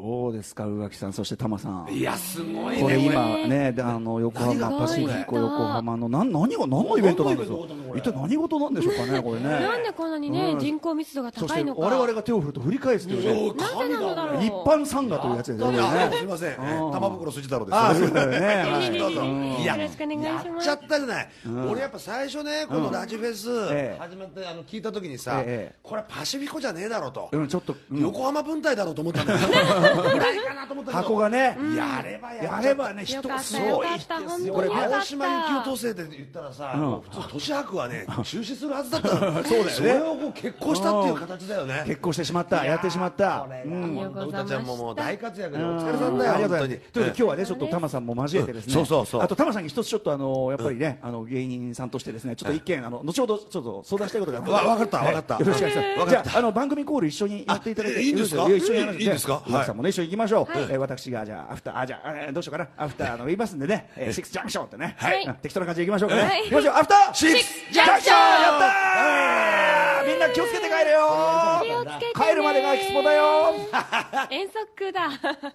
どうですか宇垣さんそしてタマさんいやすごいねこれ今ねであの横浜何がパシフィコ横浜のなん何が何のイベントなんですか一体何事なんでしょうかねこれねなんでこんなにねうん人口密度がそし高ていのか我々が手を振ると振り返すというねなんでなのだろう一般参賀というやつですよねあこれすねみませんうん玉袋筋太郎ですああそうだよねはいどうぞいやよろしくお願いやしっまちゃすったじゃない、俺やっぱ最初ねこのラジフェえスえ始まってあの聞いた時にさ、ええこれパシフィコじゃねえだろうと、うんちょっとうん横浜分隊だろうと思った んだよないかなと思ったけど箱がねやればやっちゃやったればね人よかがっすたよごいかった本当によこれかった青島行きを通せって言ったらさ、んもう普通都市博はね中止するはずだったの そうだよねそれをこう結婚したっていう形だよね結婚してしまったやってしまったこれうんんが本当歌ちゃんももう大活躍でうおん疲れさんだよありがとうご本当ざいますにということで今日はねちょっとタマさんも交えてですね、うんそうそうそうあとタマさんに一つちょっとあのやっぱりね、あの芸人さんとしてですねちょっと一見あの後ほどちょっと相談したいことがあるのでわわかったわかったよろしくお願いしまわすかじっゃあたあの番組コール一緒にやっていただいてあえいいんですかや一緒にやりまいいんですかじゃあはい宇垣さんもね一緒に行きましょう、えー私がじゃあアフターあじゃあえーどうしようかなアフターあの言いますんでねえーシックスジャンクションってね、はいうん適当な感じで行きましょうかね、はい行きましょうアフターシックスジャンクションやったーみんな気をつけて帰れよー気をつけてね帰るまでがエキスポだよー遠足だ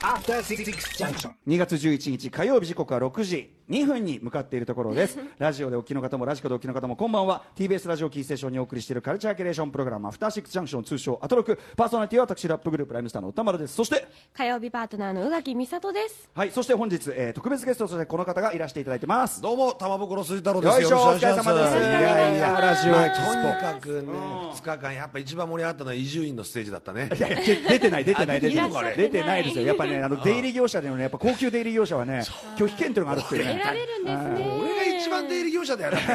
After Six Junction. 2月11日火曜日時刻は6時2分に向かっているところです ラジオでお聞きの方もラジコでお聞きの方もこんばんは TBS ラジオキーステーションにお送りしているカルチャーキュレーションプログラム「アフターシックスジャンクション」通称アトロクパーソナリティは私ラップグループライムスターの歌丸ですそして火曜日パートナーの宇垣美里ですはいそして本日、えー特別ゲストとしてこの方がいらしていただいてます どうも玉袋筋太郎ですよいしょお疲れろく様お願でいしすいますよろしくお願いしますやいやラジオエキスとポにかくね2日間やっぱ一番盛り上がったのは伊集院のステージだったねいやいや出出てない出てない出てないいらっしゃってな出いてないですよやっぱねあの出入り業者でのねやっぱ高級出入り業者はね拒否権というのがあるっていう得ねられるんですね俺が一番出入り業者だよだって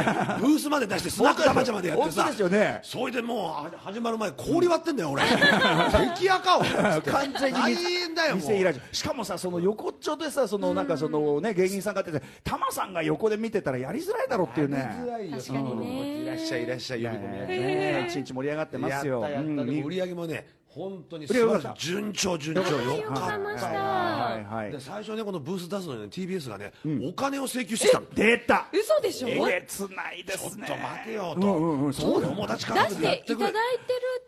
ブースまで出してスナック玉ちゃまでやって本さ当ですよねそれでもうは始まる前氷割ってんだ よ俺敵赤か俺完全に大店変だよもう店いらっしゃるしかもさその横っちょでさそのなんかそのね芸人さんがやっててタマさんが横で見てたらやりづらいだろうっていうね確かにねいらっしゃいいらっしゃい呼び込みやってね一日盛り上がってまやっすたよやったうんでも売り上げもね本当に素晴らしい売順調順調よよかかったっましたたはいはいで最初ねこのブース出すのにね TBS がねお金を請求してきたのち出た嘘でしょえげつないでょっすとね待てようんうんうんとそうだよ友達出関係しでやってていくれただいてる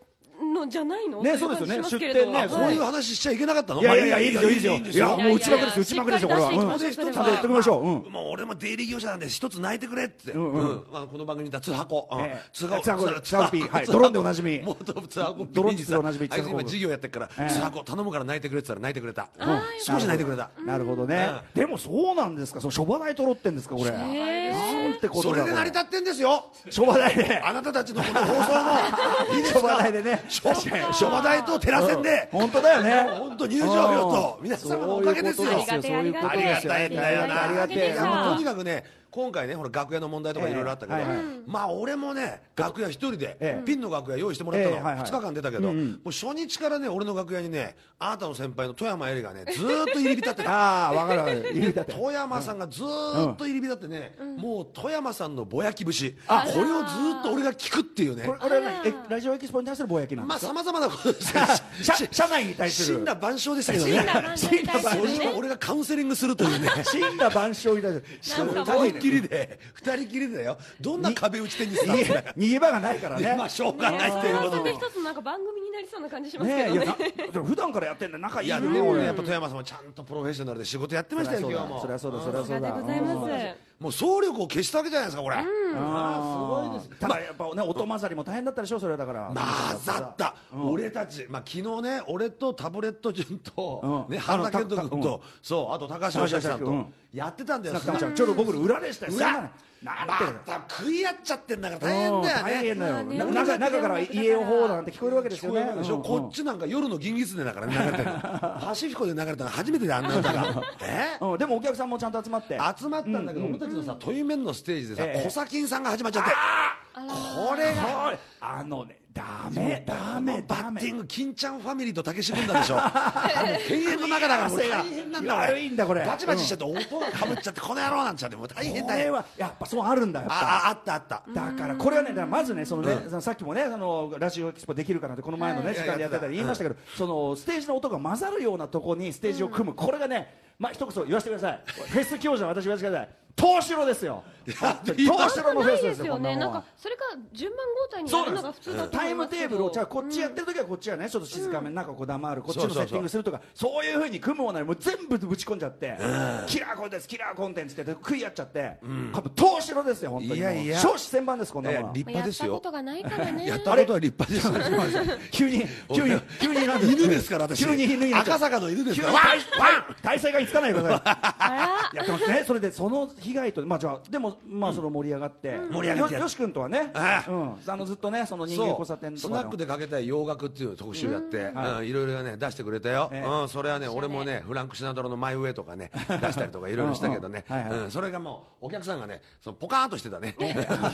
のじゃないのねといそうですよね感じしまけれど出店ねはいここういう話しちゃいけなかったのいやいやいやいいですよいいいですよいでいすやよもう内幕ですよ内幕ですよこれはしっかり出していきうまんちしょうゃんとやっておきましょううんもう俺も出入り業者なんで一つ泣いてくれって、うんあのこの番組だった津箱、うんええ津箱津箱津津箱ピーはいドローンでおなじみ元津箱ドローン実でおなじみ津あい箱つ今事業やってるから、ええ津箱頼むから泣いてくれって言ったら泣いてくれた、ーよ少し泣いてくれた、なるほどねでもそうなんですかその諸話題とろってんですかこれえなんてことそだれで成り立ってんですよ諸話題であなたたちのこ の放送のいいですか諸話題でね諸諸話題とテラセンで、本当だよね本当入場料と皆様のおかげですよそういうあことりがてえそういうことありがたいんだよなありがてえいやもうとにかくね今回ねほら楽屋の問題とかいろいろあったけど、ええはいはいまあ俺もね楽屋一人で、ええピンの楽屋用意してもらったの、ええはいはい2日間出たけど、もう初日からね俺の楽屋にねあなたの先輩の富山絵里がねずーっと入り浸ってたああわかるわかる入りだって富山さんがずーっと入り浸ってね、もう富山さんのぼやき節これをずーっと俺が聞くっていうねこれこれはねえラジオエキスポに対するぼやきなんまであすさまざまなことですよ 社社内に対す死んるだ万象でしたけど死んねだ万象に対すそるねれを俺がカウンセリングするというね死んだ万象に対するしかもなんか二人っきりで二人っきりだよどんな壁打ち手にしたんだよ逃げ場がないからねまあしょうがないっていうことそれはそれで一つなんか番組になりそうな感じしますけねどいやねなでも普段からやってんだ仲いいいやよでもねねやっぱ富山さんもちゃんとプロフェッショナルで仕事やってましたよそり今ゃ日もそうだそりゃそうだそさすりゃがそうでだございますもう総力を消したわけじゃないですかこれあーすごいですただやっぱね音混ざりも大変だったでしょそれはだから混ざった俺たちまあ昨日ね俺とタブレット君とうんね原田健人あの君たうんとそうあと高橋正樹さんうとんやってたんだよなんかちょっと僕の裏でしたよ裏なまんていうのた食い合っちゃってんだから大変だよね大変だよ、ねな中中から家を放なんて聞こえるわけです聞よこえねないでしょ、うんこっちなんか夜の銀狐だからね流れて るのパシフィコで流れたの初めてであんな歌がえうんでもお客さんもちゃんと集まって集まったんだけど、俺たちのさ「トイメン」のステージでさ、ええコサキンさんが始まっちゃってこれがはいあのねダメダメバダッティメング金ちゃんファミリーと竹志軍団でしょ もう永遠の中だからもう大変なんだいや悪いんだこれバチバチしちゃって音がかぶっちゃってこの野郎なんちゃってもう大変こだれよはやっぱそうあるんだやっあぱああったあっただからこれはねだからまずねそのね、うんそのさっきもねあのラジオエキスポできるかなってこの前のね、はい時間でやってたり言いましたけど、そのステージの音が混ざるようなとこにステージを組む、これがねまあ一言言わせてくださいフェス教授の私言わせてください東城ですよ本当に今東城のフェなイいスでですすよよね。こんななんもんかはそれから順番交代にやるのが普通だとタ思イいまムすけど。テーブルをじゃあこっちやってる。る時はこっちはねちょっと静かめ、なんかこう黙るこっちそうのそうセそうッティングするとかそういうふうに組むもなりもう全部ぶち込んじゃって、キラーコンテンツキラーコンテンツって食いやっちゃって、これ東城ですよ本当にいやいやもう少子千万ですこんなものは立派ですやよったことがないからね。やったことは立派ですよ急に急に急になんで犬ですから私急に犬になっちゃう赤坂の犬です急かにら体体勢がいつかないからねあやってますねそれでその被害とまあじゃあでもまあその盛り上がって、盛り上がってよよし君とはねああうんあのずっとねその人間そ交う差点とスかナックでかけたい洋楽っていう特集やって、うんいろいろね出してくれたよ、ええうん、それはね俺もねフランク・シナドロの「マイ・ウェイ」と かね出したりとかいろいろしたけどねうんうんはいはいうんそれがもうお客さんがねそのポカーンとして たね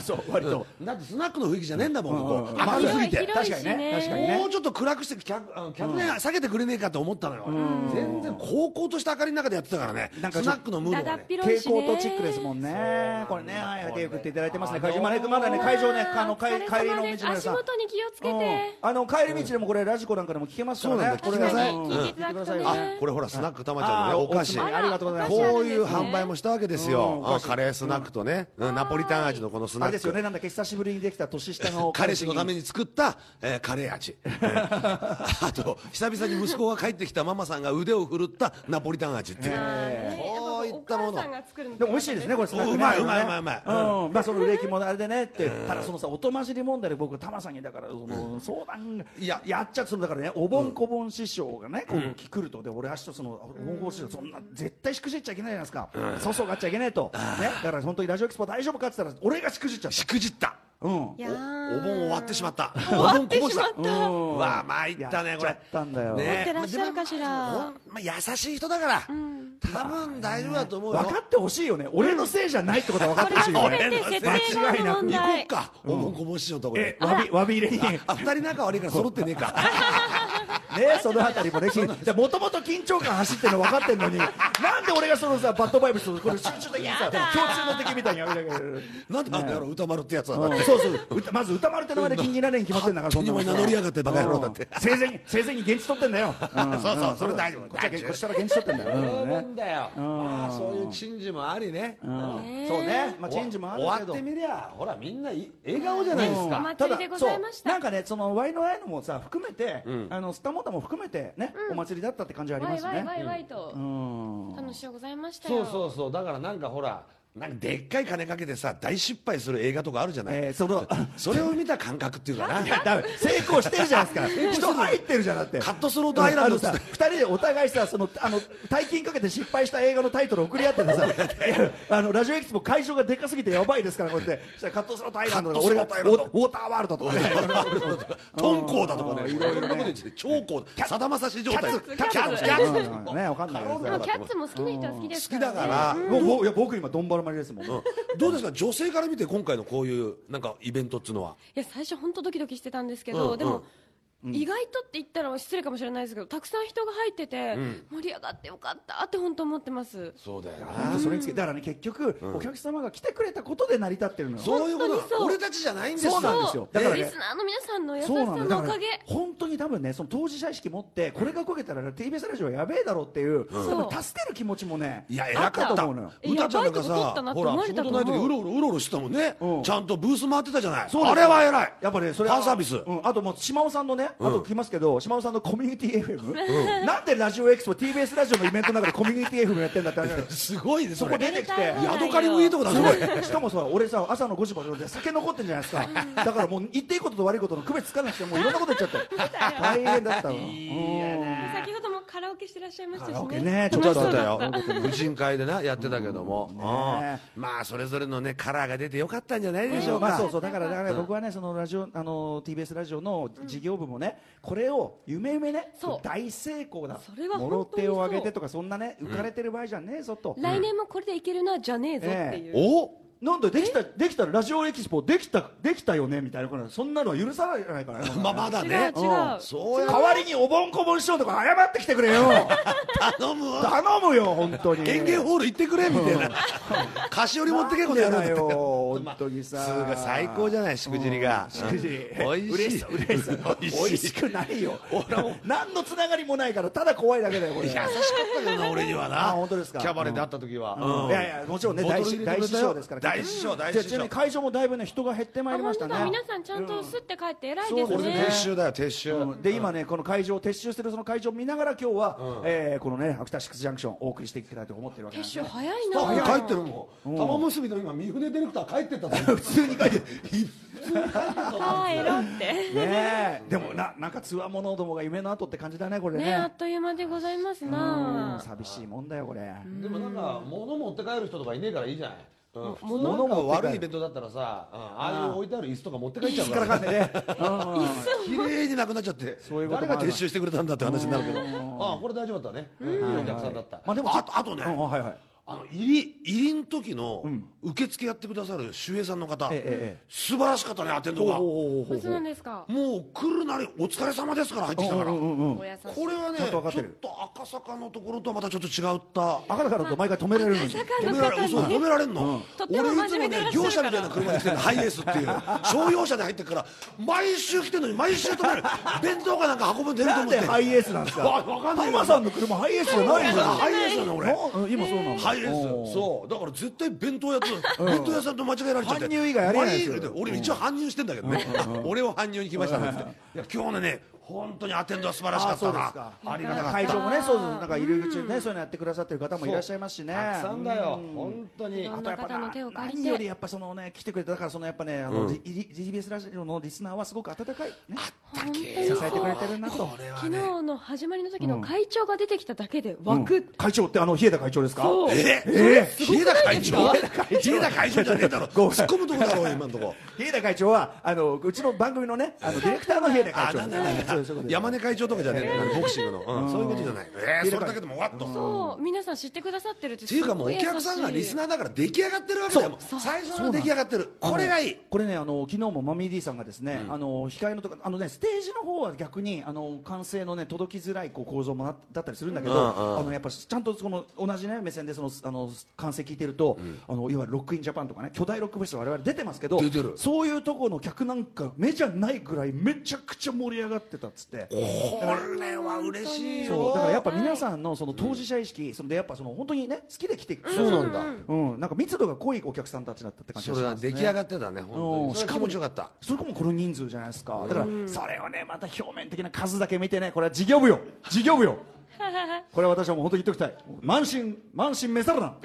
そう割とうんだってスナックの雰囲気じゃねえんだもん、ここうん明るすぎて、確広いかにね広い確しねかにねもうちょっと暗くして客あの客ね下げてくれねえかと思ったのよ、全然高校とした明かりの中でやってたからねなんかスナックのムーら。ドだだがねっぴろ蛍いしね。光とチックですもんね、これね、はいはい、手を振っていただいてますね、会場、まだね、あまだね、会場ね、あのお疲帰れり様帰りのです道の皆足さん。元に気をつけうんて。あの帰り道でもこれラジコなんかでも聞けますからね。そうなんだ聞きなさいこれ聞いていただくとねうん聞いてださいあこれほらスナックたまちゃんのねお菓子あありがとうございます。お菓子こういう販売もしたわけですよ、うんあカレースナックとね、うんナポリタン味のこのスあナれでッすよク、ね、なんだっけ久しぶりにできた年下の彼氏のために。に作った、えーカレー味、 えーあと久々に息子が帰ってきたママさんが腕を振るったナポリタン味っていう、こういったもおの母さんが作るのでも美味しいですね、これスナックねうまあいれねうまいうまいうまいうん、まあその植木もあれでねって、ただそのさ、音混じり問題で僕、玉さんにだから、その相談、いややっちゃって、そのだからね、お盆こぼん師匠がね、こう来ると、で、俺、明日その、お盆こぼん師匠、そんな、絶対しくじっちゃいけないじゃないですか。粗相があっちゃいけないと。ね、だから本当にラジオエキスポ大丈夫かって言ったら、俺がしくじっちゃっしくじったた。うん。いやおおー盆終わってし まったお盆こぼしたうんうわ参ったねこれやっちゃったんだよね持ってらっしゃるかしらまあでもほんまあ優しい人だから、多分大丈夫だと思うよ分かってほしいよね。俺のせいじゃないってことは分かってほしいよこねれ。は全て設定の問行こ題っ。か、お盆こぼしのとこえで、わび、わび入れに。あ二人仲悪いから揃ってねえか ね、そのあたりもね、もともと緊張感走ってるの分かってんのに、なんで俺がそのさ、バッドバイブスと、これ集中的にさ、共通の敵みたいにやめなきゃいけないなんであの野郎歌丸ってやつはだうんってそうそう、歌まず歌丸って名前で禁じられんに決まってんだから、そんなもん勝手に名乗りやがってバカ野郎だってうん生前に、生前に現地取ってんだよ。うん そうそうそれ大丈夫こっちはこっちから現地取ってんだよ。うんねだよ、ああそういう珍事もありね、うんそうね、まあ、チェンジもあるけ終わどって。みりゃほらみんない笑顔じゃないですおか、祭りでございましそうなたん。かねそのワイのワイのもさ含めて、あのスタモータも含めてね、お祭りだったって感じありわまいすわいわねいわいとうん楽しゅうございましたそよ。うそうそうだからなんかほらなんかでっかい金かけてさ大失敗する映画とかあるじゃない、えーそのそれを見た感覚っていうかな ダメ成功してるじゃない ですか人入ってるじゃんだってカットスロートアイランドうっんつあっのてさ2人でお互いさそのあの大金かけて失敗した映画のタイトル送り合って てさいやあのラジオエキスポ会場がでかすぎてやばいですからこうやってそしたらカットスロートアイランドとかカッ俺トがスローウォウォーターワールドとかね トンコだとかねうんいろいろなこと言って超高さだまさし状キャ態ッツキャッツキキャッャッツツうんねわかんないけどでさもキャッツも好きな人は好きです好きだねから、僕僕いや僕今ドンバラマリですもんどうですか女性から見て今回のこういうなんかイベントっつうのはいや最初本当ドキドキしてたんですけうんうどんでも意外とって言ったら失礼かもしれないですけどたくさん人が入ってて盛り上がってよかったって本当思ってますそうだよ本当それにつけだからね結局、お客様が来てくれたことで成り立ってるのよそういうこと本当にだそう俺たちじゃないんですよそうなんですよだからねリスナーの皆さんの優しそさうなんだのおだかかげら本当に多分ねその当事者意識持ってこれがこけたら TBS ラジオはやべえだろうっていう、多分助ける気持ちもねいやあ偉かとった思うのよえ歌ちゃんなんかやばいこと取ったなさっほて思らわ仕れたと事思なうい時うろうろうろうろしてたもんねうんちゃんとブース回ってたじゃないそうだあれは偉いやっぱねそれファンサービスうん、あともう島尾さんのね、あと聞きますけど島尾さんのコミュニティ FM、なんでラジオエキスポ TBS ラジオのイベントの中でコミュニティ FM やってんだって話なのよすごいねそそこれ出てきてやヤドカリもいいとこだすすごごいいしかもさ俺さ朝の5時までで酒残ってんじゃないですかだからもう言っていいことと悪いことの区別つかなくてもういろんなこと言っち ゃって大変だったの先ほどもカラオケしてらっしゃいましたしカラオケね ねちょっとあっ楽たしそうよだった婦人会でなやってたけどもうんねうんまあそれぞれのねカラーが出てよかったんじゃないでしょうまあかそうそうだからだから僕はねそのラジオあの TBS ラジオの事業部もねこれを夢夢ねそう大成功だそれはも本当にそろ手をう上げてとかそんなね浮かれてる場合じゃねえぞと来年もこれでいけるなじゃねえぞっていうおなんだできたできたらラジオエキスポできたできたよねみたいなことそんなのは許さないじゃないからね まあまだ違うね違うんうそうや 代わりにおぼんこぼん師匠とか謝ってきてくれよ 頼むわ頼むよ本当に園芸ホール行ってくれみたいな菓子折り持ってけこの野郎なんでだよって本当にさすごい最高じゃないしくじりがしくじりうん美味嬉しいしさ嬉しさ 美美味味しいしくない よ何のつながりもないからただ怖いだけだよこれ優しかったけどな俺にはなあ本当ですかキャバレーで会った時はうんいやいやもちろんね大師大師匠ですから大師匠大じゃあ師ちなみ匠に会場もだいぶね人が減ってまいりま本した当ねだ皆さんちゃんとすって帰って偉いでそすうこれでで撤すね収だよ撤収うんで今ねこの会場を撤収してるその会場を見ながら今日は、えーこのねアクターシックスジャンクションをお送りしていきたいと思ってるわけ撤なんで収早いなあぁ帰ってるもん玉結びの今三船ディレクター帰ってったぞ普通に書いてあー偉ってねえでもななんかつわものどもが夢の後って感じだねこれねねあっという間でございますうんなぁ寂しいもんだよこれでもなんか物持って帰る人とかいねえからいいじゃない。うん、物なんか持って帰る悪いイベントだったらさ、うんああいう置いてある椅子とか持って帰っちゃう引っかかららかんでねうん綺麗になくなっちゃってそういうことも誰あるが撤収してくれたんだって話になるけどああこれ大丈夫だったね、いいお客さんだった、まあでもあとあとねうんはいはいあの入り入りの時の受付やってくださる守衛さんの方ええええ素晴らしかったねアテンドがもおあそうなんですかう来るなりお疲れ様ですから入ってきたからこお優しいれはねちゃんちとわょかってっると赤坂のところとはまたちょっと違った赤だからと毎回止められるのに止められるそう止められんのとっても俺い真つ面目もでいらねっしゃ業るか者みたいなら車に来てるのハイエースっていう 商用車で入ってくから毎週来てるのに毎週 止める弁当かなんか運ぶんでるとな思んってでハイエースなんですかわわかんないタマさんの車ハイエースじゃないんだよハイエースなの俺な今そうなんだハイエーおスそうだから絶対弁当屋と弁当屋さんと間違えられちゃって搬入以外ありえないですよ毎日俺一応搬入してんだけどね俺を搬入に来ましたねっつっていや今日のね本当にアテンドは素晴らしあかったそうですなかありがたかっ会場もねそうそうなんか入り口にねそういうのやってくださってる方もいらっしゃいますしねたくさんだよ、本当にいろんな方の手を借り何よりてやっぱそのね来てくれただからそのやっぱねあの、リリ TBS ラジオのリスナーはすごく温かい、ね、本当に支えてくれてるなと昨日の始まりの時の会長が出てきただけで湧く会長ってあの日枝会長ですかそうええ冷え田会長冷え田会長じゃねえだろ突っ込むとこだろ今んとこー、日枝会長はあのうちの番組のねあのディレクターの日枝あ会長なんだなんだそうそういうことです山根会長とかじゃねえんだよボクシングのうんそういうことじゃないえーそれだけでもわっとそう皆さん知ってくださってるってっていうかもうお客さんがリスナーだから出来上がってるわけだよもう最初の出来上がってるあのこれがいいこれねあの昨日もマミー D さんがですね、あの控えのとかあのねステージの方は逆にあの完成のね届きづらいこう構造もなだったりするんだけど、あのやっぱちゃんとその同じね目線でそのあの完成聞いてると、あのいわゆるロックインジャパンとかね巨大ロックフェス我々出てますけど出てるそういうところの客なんか目じゃないぐらいめちゃくちゃ盛り上がってたっつって。これは嬉しいそうよだからやっぱ皆さんのその当事者意識、そのでやっぱその本当にね好きで来てそうなんだうん、なんか密度が濃いお客さんたちだったって感じそがれしはますね出来上がってたね本当うんにしかもよかったそれこもこの人数じゃないですか、だからそれをねまた表面的な数だけ見てねこれは事業部よ事業部よこれは私はもう本当に言っておきたい満身満身召さるな、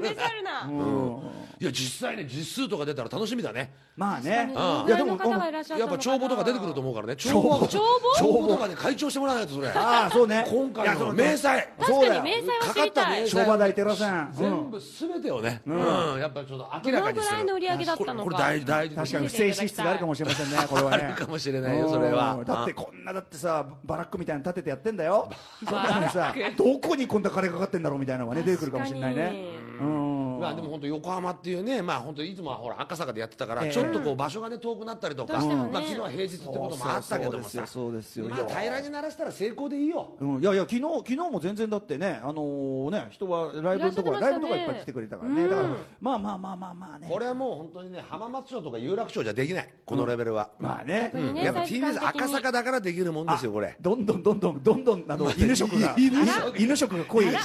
メタルなうんいや実際ね実数とか出たら楽しみだねまあねどのいぐやらでいのも方がいらっしゃったやっぱのかな帳簿とか出てくると思うからね帳簿簿帳帳簿とかね会長してもらわないとそれああそうね今いや回そのう明細簿確かに明細かは知りかったた明い細商売代寺さん、う全ん、部すべてをね、うんやっぱりちょっと明どらかのかにぐするらいの売り上げだったのこれか大大確かに不正支出があるかもしれませんねこれはね あるかもしれないよそれはうんだってこんなだってさバラックみたいなの立ててやってんだよそんなのさバラッどこにこんな金かかってんだろうみたいなのがね出てくるかもしれないねうんまあででもも本当横浜っていうね、まあ、本当いつもはほら赤坂でやってたから、ええちょっとこう場所がね遠くなったりとか、どうしてもねまあ、昨日は平日ってこともあったけどもさそうですよそうですよまあ、平らにならしたら成功でいいようん、いやいや昨日昨日も全然だってねあのーね人はライブのところいらライっしゃブのところってましたねいっぱい来てくれたからね、うんだからまあまあまあまあまあねこれはもう本当にね浜松町とか有楽町じゃできないこのレベルは、まあね、うんやっぱサイズ TBS 感的に赤坂だからできるもんですよこれどんどんどんどんどんどんあの犬食が犬犬食が濃い犬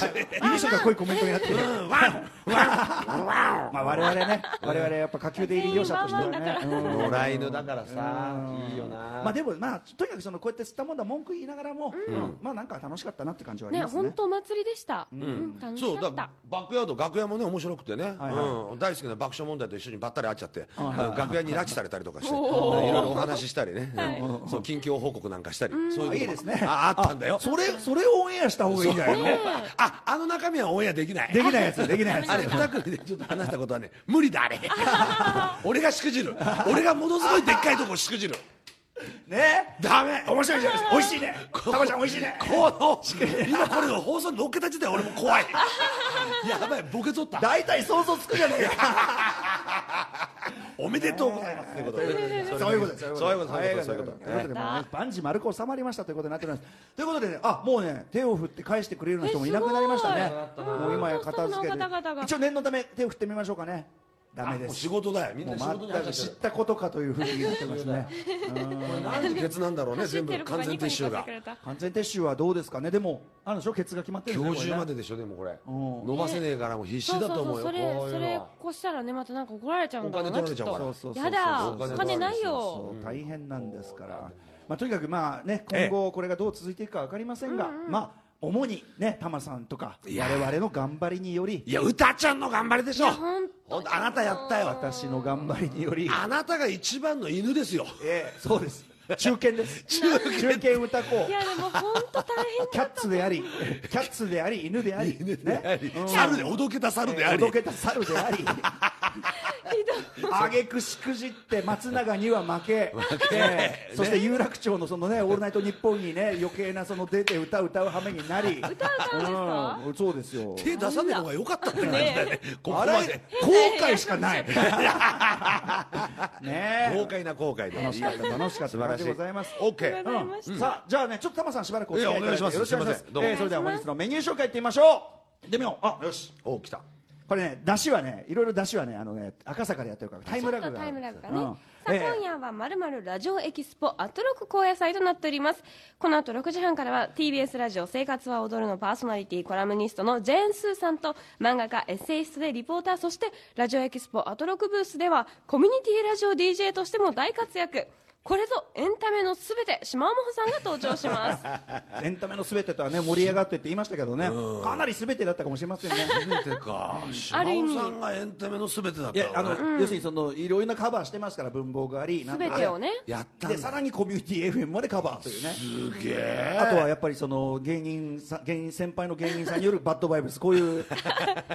食が濃いコメントになってるうんワン まあ我々ね我々やっぱ下級で入り業者としてはね全員うん野良犬だからさいいよなまあでもまあとにかくそのこうやって吸ったもんだ文句言いながらも、うんまあなんか楽しかったなって感じはありねますね本当お祭りでしたうん楽そしうかだっからたバックヤード楽屋もね面白くてね、いはいうん、大好きな爆笑問題と一緒にばったり会っちゃって、楽屋に拉致されたりとかしていおろいろお話ししたりね、うんそう近況報告なんかしたり、そあういうこともいいですねああったんだよそれそれをオンエアした方がいいんじゃないのああの中身はオンエアできないできないやつできないやつあれ二組でちょっと話したこと はね無理だあれ俺がしくじる俺がものすごいでっかいとこしくじるねダメ面白いじゃないですか美味しいねこタコちゃん美味しいねこの今これの放送に乗っけた時点で俺も怖いやばいボケとった大体想像つくじゃねえかおめでとうございますということでそういうことですそういうことそういうことそういうことということでやっ万事丸く収まりましたということになっておりますということでねあもうね手を振って返してくれるような人もいなくなりましたえねすごいもう今や片付けスタッフの方々てが一応念のため手を振ってみましょうかねダメでもうす仕事だよみんもなう仕事全く知ったことかというふうになってますね何時ケツなんだろうね走っ全て部る子完が全ニコ撤ニコし収てがくれた完全撤収はどうですかねでもあるんでしょ決が決まってるんです今ね日中まででしょでもこれうん伸ばせねえからもう必死そうだそとう思うそようそれこういうそのれは越したらねまたなんか怒られちゃうんだろうおな金取られちゃうからそうそうそうそうやだお金お取られちゃ金うないこよれね大変なんですから、まあ、とにかくまあ、ね、今後これがどう続いていくか分かりませんが、まあ、主に、ね、タマさんとかいや我々の頑張りによりいや歌ちゃんの頑張りでしょほんほんとあなたやったよ私の頑張りにより、あなたが一番の犬ですよええそうです中堅です 中堅歌子いやでも本当大変キャッツでありキャッツであり犬でありねうん猿でおどけた猿であおりどけた猿でありあげくしくじって松永には負けええそして有楽町のそのね「オールナイトニッポン」にね余計なその出て歌う歌う羽目になり歌うかんそうですよ手出さねえ方が良かったって感じだねここまあれで後悔しかないね豪快な後悔で楽しかった楽しかった素晴らしでございます OK わかりましたうんさあじゃあねちょっとタマさんしばらくお付き合いいただいていやお願いしますよろくお願いしすまいませすんどうもえーそれではお願い本します日のメニュー紹介いってみましょういってみようあよしお来たこれね出汁はねいろいろ出汁はねあのね赤坂でやってるから タイムちょラっとグがタあイるムラグがね、うんさあ、ええ今夜はまるまるラジオエキスポアトロク高野祭となっておりますこの後6時半からは TBS ラジオ「生活は踊る」のパーソナリティコラムニストのジェーン・スーさんと漫画家エッセイストでリポーターそしてラジオエキスポアトロクブースではコミュニティラジオ DJ としても大活躍これぞエンタメのすべて島尾真帆さんが登場します エンタメのすべてとはね盛り上がってって言いましたけどねかなりすべてだったかもしれませんね全てか島ある意味尾さんがエンタメの全てだっいたやあよねの要するにそのいろいろなカバーしてますから文房具ありなんか全てをねやったでんさだらにコミュニティ FM までカバーというねすげえあとはやっぱりその芸人さ芸人先輩の芸人さんによるバッドバイブスこう いう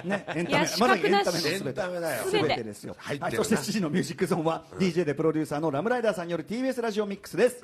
ねエンいタメやまさにエンタメのすエべてンタメだよすべてですよ入ってるなはい、そして7時のミュージックゾーンは DJ でプロデューサーのラムライダーさんによる TBS ラジオミックスです、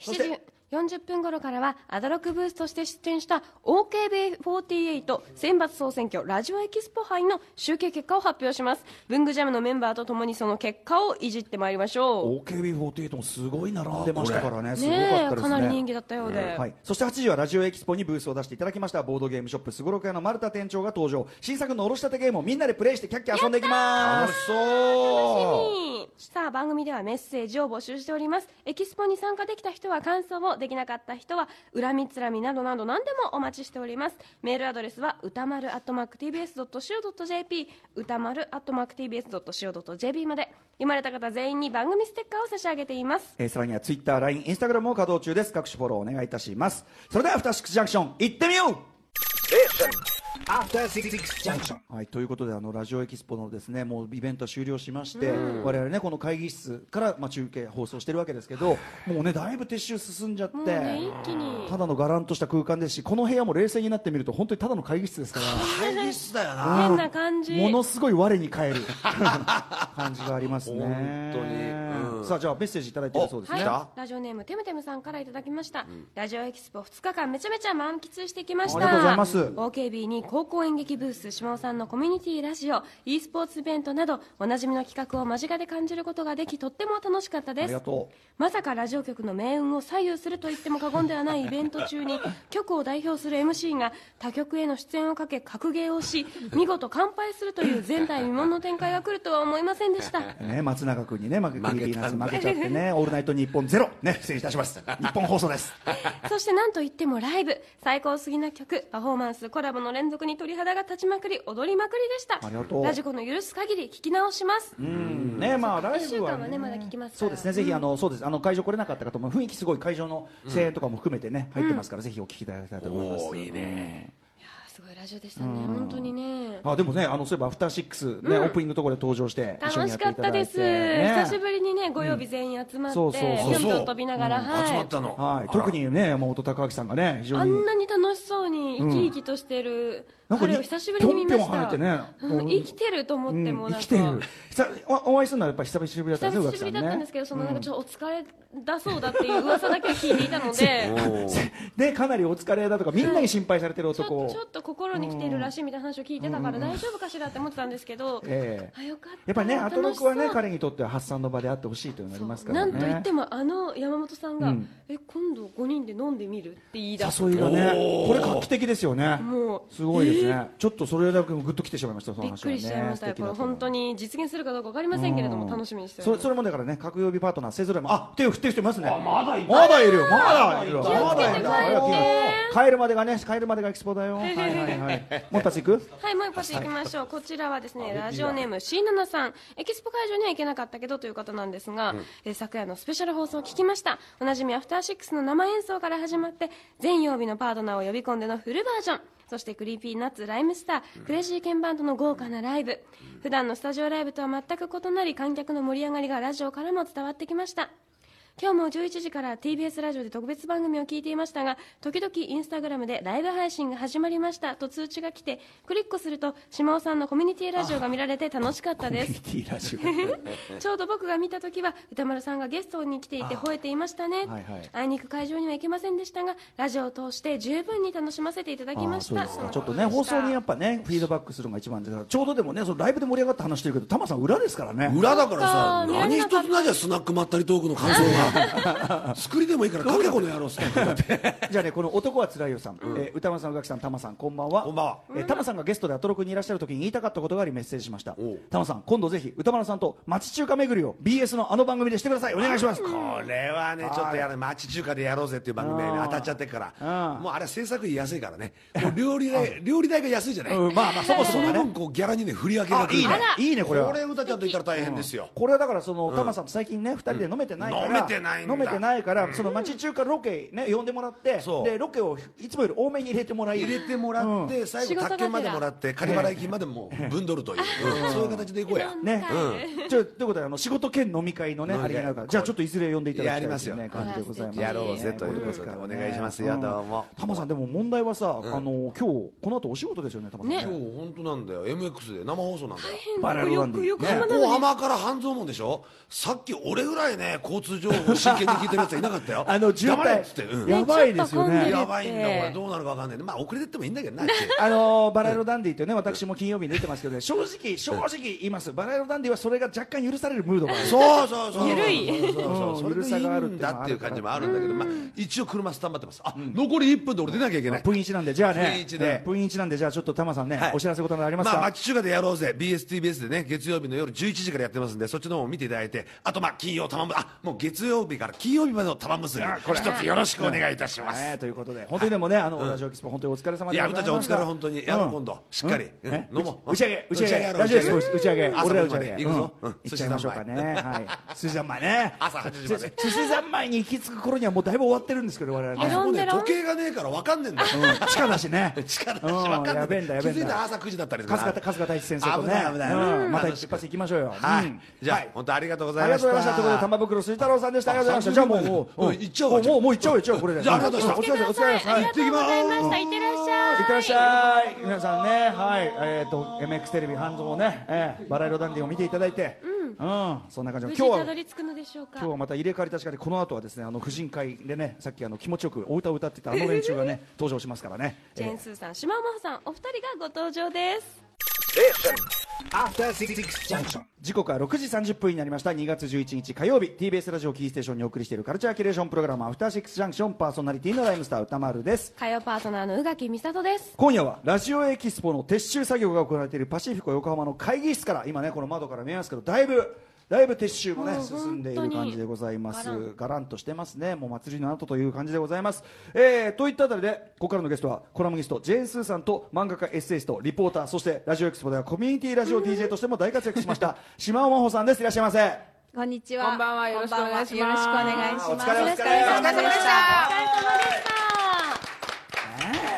そ7して時40分頃からはアダロクブースとして出演した OKB48 選抜総選挙ラジオエキスポ杯の集計結果を発表します文具ジャムのメンバーとともにその結果をいじってまいりましょう OKB48 もすごい並んでましたからねすごかねったえですねかなり人気だったようで、はい、そして8時はラジオエキスポにブースを出していただきましたボードゲームショップすごろく屋の丸田店長が登場新作のおろしたてゲームをみんなでプレイしてキャッキャ遊んでいきま楽すしそうさあ番組ではメッセージを募集しておりますエキスポに参加できた人は感想をできなかった人は恨みつらみなどなど何でもお待ちしておりますメールアドレスは歌丸 atmactbs.co.jp 歌丸 atmactbs.co.jp まで読まれた方全員に番組ステッカーを差し上げていますえーさらにはツイッター、LINE、インスタグラムも稼働中です各種フォローお願いいたしますそれではアフターシックスジャンクション行ってみようはい、ということであのラジオエキスポのですねもうイベントは終了しまして、我々ねこの会議室から、まあ、中継放送してるわけですけどもうねだいぶ撤収進んじゃって、もうね一気にただのがらんとした空間ですしこの部屋も冷静になってみると本当にただの会議室ですから会議室だよな変な感じものすごい我に返る感じがありますね本当にうんさあじゃあメッセージいただいてるそうですはね、いた、ラジオネームてむてむさんからいただきました、ラジオエキスポ2日間めちゃめちゃ満喫してきましたありがとうございます OKB に高校演劇ブース島尾さんのコミュニティラジオ e スポーツイベントなどおなじみの企画を間近で感じることができとっても楽しかったあでりすがとうまさかラジオ局の命運を左右すると言っても過言ではないイベント 中に局を代表する MC が他局への出演をかけ格ゲーをし見事完敗するという前代未聞の展開が来るとは思いませんでしたね、松永君にね、負け、ク負けたんだリーピーナッツ負けちゃってね、オールナイト日本ゼロ、ね、失礼いたします。日本放送です。 そしてなんといってもライブ最高すぎな曲パフォーマンスコラボの連続に鳥肌が立ちまくり踊りまくりでしたありがとうラジコの許す限り聞き直しますうん、ね、まあ、ライ一ブ週は、間はねまだ聞きますそからうですね、ぜひ、あの、そうです、あの、会場来れなかった方も、雰囲気すごい会場の声援とかも含めてね、入ってますから、ぜひお聞きいただきたいと思います。おーいいねあすすごいラジオでしたね、本当にね。あでもねあのそういえば「アフターシックスね、オープニングのところで登場して一緒楽にやしってかいっだたたいてです、ね久しぶりにね、ご曜日全員集まって、そうぴそうょそうそうんぴょん飛びながら、集まはったの。はい、あら特。にね山本隆明さんがね非い。常あにんなに楽しそうに生き生きとしてるなんか彼を久しぶりに見ました。ぴょんぴょん跳ねてねうん生きてると思ってもうんな生んか。きてる久々おお会いするのはやっぱ久しぶりだったんですね久しぶりだったんですけ ど、そのなんかうんちょっとお疲れだそうだっていう噂だけは聞いていたので、おーでかなりお疲れだとかみんなに心配されてるちょっ男とちょっと心に来てるらしいみたいな話を聞いてたから大丈夫かしらって思ってたんですけど、ええあよかったやっぱりねアトロクはね楽しそう彼にとっては発散の場であってほしいというのがありますからなねんといってもあの山本さんが、うんえ今度5人で飲んでみるって言い出す誘いがねこれ画期的ですよねもうすごいですね、ちょっとそれだけもグッときてしまいましたそのび話っは、ね、くりしちゃいました、素こ敵だれと思う本当に実現するかどうかわかりませんけれどうもん楽しみにしてそおれりそますれもだからね各曜日パートナー勢ぞろいもあ手を振ってる人いますねまだいたまだいるよまだいるよ気をつけて帰ってねまだいるよ帰るまでがね帰るまでがエキスポ だよはいはいはいもう一つ行くはいもう一発いきましょう、こちらはですねラジオネーム C7 さんエキスポ会場には行けなかったけどという方なんですが、えー昨夜のスペシャル放送を聞きましたおなじみアフターシックスの生演奏から始まって全曜日のパートナーを呼び込んでのフルバージョンそしてクリーピーナッツライムスタークレイジーケンバンドの豪華なライブ普段のスタジオライブとは全く異なり観客の盛り上がりがラジオからも伝わってきました今日も11時から TBS ラジオで特別番組を聞いていましたが時々インスタグラムでライブ配信が始まりましたと通知が来てクリックすると島尾さんのコミュニティラジオが見られて楽しかったで す TT ラジオちょうど僕が見た時は歌丸さんがゲストに来ていて吠えていましたね、はいはいあいにく会場には行けませんでしたがラジオを通して十分に楽しませていただきましたあーそうですかそのちょっとこねでし放た送にやっぱねフィードバックするのが一番ですからちょうどでもねそのライブで盛り上がった話してるけどタマさん裏ですからね裏だからさ、そっか何一つないじゃんスナックまったりトークの感 想が。作りでもいいから、かけこの野郎スナックだって。じゃあねこの男はつらいよさん、えー歌丸さん宇垣さんタマさんこんばんはこんばんはえータマさんがゲストでアトロクにいらっしゃる時に言いたかったことがありメッセージしましたおうタマさん今度ぜひ歌丸さんと町中華巡りを BS のあの番組でしてくだ さいお願いします これはね、ちょっとやる町中華でやろうぜっていう番組はねあー当たっちゃってるかうら、んもうあれは制作費安いからね、もう料理代、料理代が安いじゃない。うんまあまあそもそものがね分、こう、ギャラにね、振り分けがあ来いるいかねら。いいねこれはこれ歌ちゃんと言ったら大変ですよ。これはだからその、タマさんと最近ね2人で飲めてないから、飲めてないんだ飲めてないから、その町中華ロケね呼んでもらってそうでロケをいつもより多めに入れてもらい入れてもらって、最後、仕事宅が建までもらって、仮払い金までもう分取るという、うんそういう形でいこうや。ねう、じゃあということであの仕事兼飲み会のね飲み会あれになるからじゃあちょっといずれ呼んでいただきたいですやねりますよ感じでございますやろうぜねということでお願いしますよんどうもタマさんでも問題はさあの今日この後お仕事ですよねタマさん今ね日本当なんだよ、MX で生放送なんだよ。バラルランディよくよくね浜横浜から半蔵門でしょさっき俺ぐらいね交通情報真剣に聞いてるやつはいなかったよ あの渋黙れっ滞つって、うん、やばいですよちょっと混んでるねやばいんだこれどうなるかわかんないねまあ遅れてってもいいんだけ どなってあのバラ色ダンディってね私も金曜日に出てますけどね正直正直言いますバラ色ダンディはそれが若干許されるムードがあるそうそうそう緩いそうそうそううんそれでい緩さがあるっいてんいうのはだっあているうから感じもあるんだけどまあ一応車スタンバってますあ、残り1分で俺出なきゃいけないプインチなんでじゃあねプインチでねプインチなんでじゃあちょっとタマさんね、はいお知らせことなどありますか、まあ、町中華でやろうぜ、BSTBS でね、月曜日の夜11時からやってますんで、そっちの方も見ていただいて、あと、まあ、金曜玉むあもう月曜日から金曜日までの玉結び、一つよろしくお願いいたします。ねということで本当にでもね、あの、ラジオキスポ本当にお疲れ様いでや、ござい俺またしちたお疲れ、本当に。やろう、今度。しっかり。うんえ飲もう。打ち上げ打ち上げやろうラジオキスポ打ち上げ朝俺ら打まち上でげ行くぞ。うんう行んっちゃいましょうかね。 はい寿司三昧ね朝8時まで寿司三昧に行き着く頃にはもうだいぶ終わってるんですけど我々あねもう飲んでね、ろ時計がねえから分かんねえんだよ。うん地下だし ね時間だしうん分かんねえ。やべえんだやべえんだ気づいたら朝9時だったりとか春日春日大地先生とね危ない危ないうんまた楽一しく発行きましょうよはうんい。じゃはあ、本当ありがとうござあいりがとまし。うございましたたということで玉袋すい太郎さんでしたありがとうございましたじゃあもうもうもううん行っちゃおうもうもう行っちゃおう行っちゃおうこれでじゃあありがとうございましたお疲れ様お疲れ様ですあはいりがとうございましたいってらっしゃいいってらっしゃい皆さんねはいえっと MX テレビ半蔵をねえーバラ色ダンディを見ていただいてうんそんな感じの無今事日たどはり着くのでしょうか今日はまた入れ替わり確かにこの後はですねあの婦人会でねさっきあの気持ちよくお歌を歌ってたあの連中がね登場しますからねジェンスーさん、島尾真帆さん、お二人がご登場です。 After Six Junction. 時刻は6時30分になりました2月11日火曜日 TBS ラジオキーステーションにお送りしているカルチャーキュレーションプログラム「アフターシックスジャンクション」パーソナリティのライムスター歌丸です火曜パートナーの宇垣美里です。今夜はラジオエキスポの撤収作業が行われているパシフィコ横浜の会議室から今ねこの窓から見えますけどだいぶだいぶ撤収もねもう進んでいる感じでございます本当がらんとしてますねもう祭りの後という感じでございます、えーといったあたりでここからのゲストはコラムニストジェーン・スーさんと漫画家エッセイストリポーターそしてラジオエキスポではコミュニティラジオ DJ としても大活躍しました島尾真帆さんですいらっしゃいませこんにちは。こんばんはよろしくお願いしますこんばんはよろしくお願いします。お疲れお疲よれろしくお願いしますお疲れ様でお疲れ様で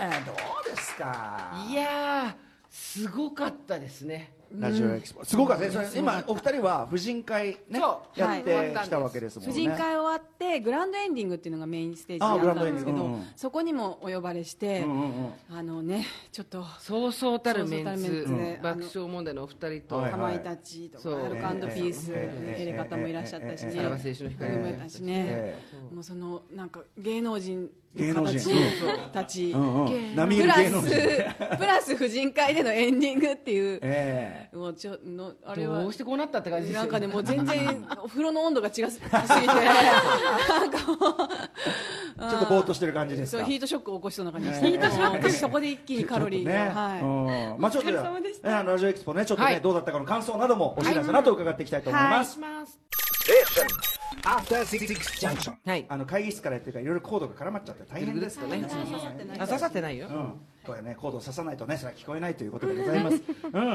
した。ねえどうですかいやーすごかったですねラジオエキスポすごかったですねそれ今お二人は婦人会ねそうやっはいてきたわけですもん婦ね人会終わってグランドエンディングっていうのがメインステージだったんですけあグランドエンディンどグうんうんそこにもお呼ばれしてうんうんうんあのねちょっとそうそうたるメンそうそうツたるメンツでうん爆笑問題のお二人と、はいかまいたちとそうかアルコピースええエレカタもいらっしゃったしええええええねさらば青春の光もいたしねえもうそのなんか芸能人芸能の人形たちうんうん並みいプるラ芸ス能人えプラス婦人会でのエンディングっていうえもうちょのあれはどうしてこうなったって感じですよなんねかねもう全 然お風呂の温度が違す高すぎてなんかもうちょっとぼーっとしてる感じですそうかヒートショックを起こしそうな感じでヒートショックもうそこで一気にカロリーね、がはいうんまあちょっとじゃあお疲れ様でしたねあのラジオエキスポねちょっとね、はいどうだったかの感想などもお知らせなど伺っていきたいと思います、 Station. After Six Junction. はいあの会議室からやってるからいろいろコードが絡まっちゃって大変ですよね。あ刺さってないよ、うん、これねコードを刺さないとねそれは聞こえないということでございます、うん、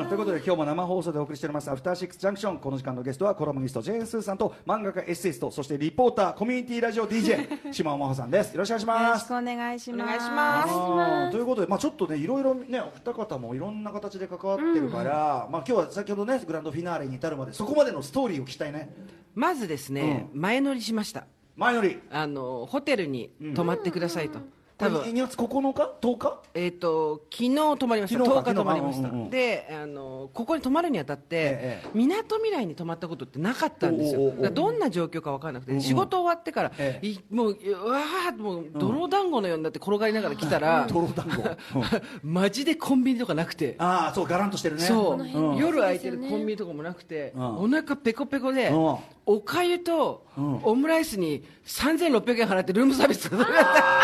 ということで今日も生放送でお送りしております「アフターシックスジャンクション」この時間のゲストはコラムニストジェーン・スーさんと漫画家エッセイストそしてリポーターコミュニティラジオ DJ 島尾真帆さんですよろしくお願いしよまろしすくお願いしますお願いしますあーということで、まあ、ちょっとねいろいろねお二方もいろんな形で関わってるから、まあ、今日は先ほどねグランドフィナーレに至るまでそこまでのストーリーを聞きたいねまずですね、前乗りしました前よりあのホテルに泊まってくださいと、多分2月9日10日えー、と昨日泊まりました昨日か10日泊まりました、昨日うんうんうんであのここに泊まるにあたって、ええみなとみらいに泊まったことってなかったんですよおうおうおうだからどんな状況か分からなくて、仕事終わってから、ええいもううわーってもう泥団子のようになって転がりながら来たら、トロ団 子、うんマジでコンビニとかなくて、ああそうガランとしてるねそう、ん夜空いてるコンビニとかもなくて、うんお腹ペコペコで、うんおかゆとうんオムライスに3600円払ってルームサービス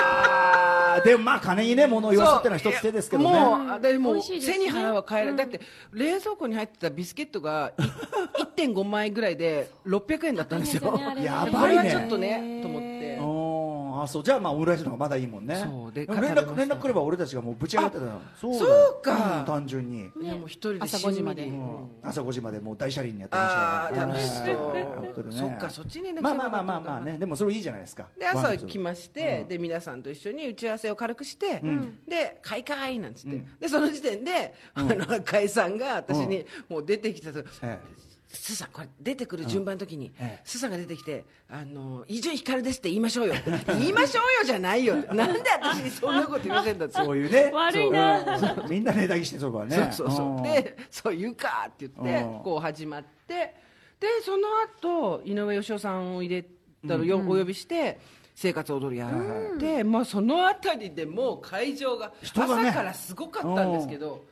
あーでもまあ金にね物を言わすってのは一つ手ですけどねもうあでも美う味しいですね背に腹は変えられだって冷蔵庫に入ってたビスケットがい1.5枚ぐらいで600円だったんですよ高いですよねやあれでこばれいはねちょっとねと思ってうんあそうじゃあまあオムライスの方がまだいいもんねそうででも連食べま絡した連絡来れば俺たちがもうぶち上がってたのそそうかん単純に、いやもう一人で朝しんみ5り時までうん朝5時までもう大車輪にやってましたああから楽し本当そうにねそっかそっちに連絡まあまあまあまあまあねでもそれいいじゃないですかで朝来まして、で皆さんと一緒に打ち合わせを軽くして、で「開会!」なんつって、でその時点で、あの赤井さんが私にもう出てきたと、えスーさんこれ出てくる順番の時に、ええスーさんが出てきて「あの伊集院光です」って言いましょうよ 言いましょうよじゃないよなんで私にそんなこと言わせんだってそういう ね悪いなそううんみんなネタにしてそうからねそうそうそうでそう言うかって言ってうんこう始まってでその後井上芳雄さんを入れたのよ、お呼びして生活踊りやらで、まあ、その辺りでもう会場が人がね朝からすごかったんですけど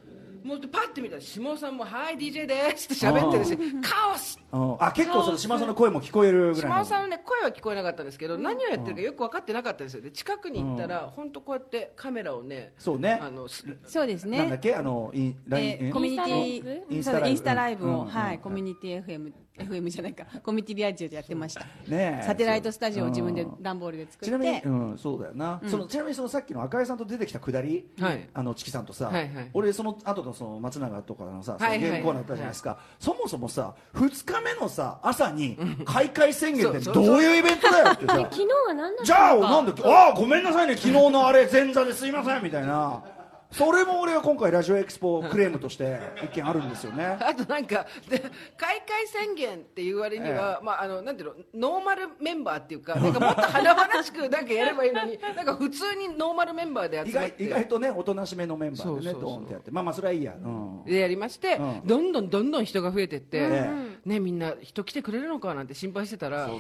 もうパッて見たら下尾さんも「はい DJ です」って喋ってるしカオスうんあ結構その島さんの声も聞こえるぐらいの島尾さんの、ね、声は聞こえなかったんですけど、何をやってるかよく分かってなかったんですよで近くに行ったら、本当こうやってカメラをねそうねあのす そうですなんだねっけあのインラインええーコミュニティイインンスタライブスタライブうんをうんはいコミュニティ FM FM じゃないかコミュニティリアジオでやってましたねえサテライトスタジオを自分でうん段ボールで作ちなっみに、てうん、そうだよな、そのちなみにそのさっきの赤井さんと出てきたくだり、はいあのチキさんとさ、はいはい俺その後のその松永とかのさ、そはのいはいゲームコーナーあったじゃないですか、そもそもさ2日目のさ朝に開会宣言ってそうどういうイベントだよって さ昨日は何だったのかじゃあなんでああごめんなさいね昨日のあれ前座ですいませんみたいなそれも俺は今回ラジオエクスポクレームとして一見あるんです よねあとなんかで開会宣言っていう割には、まああのなんていうのノーマルメンバーっていうかなんかもっと華々しくなんかやればいいの になんか普通にノーマルメンバーで意集まっ外て意外とねおとなしめのメンバーでねそうそうそうドーンってやってまあまあそれはいいや、うん、でやりまして、うんどんどんどんどん人が増えてって、えねみんな人来てくれるのかなんて心配してたらこ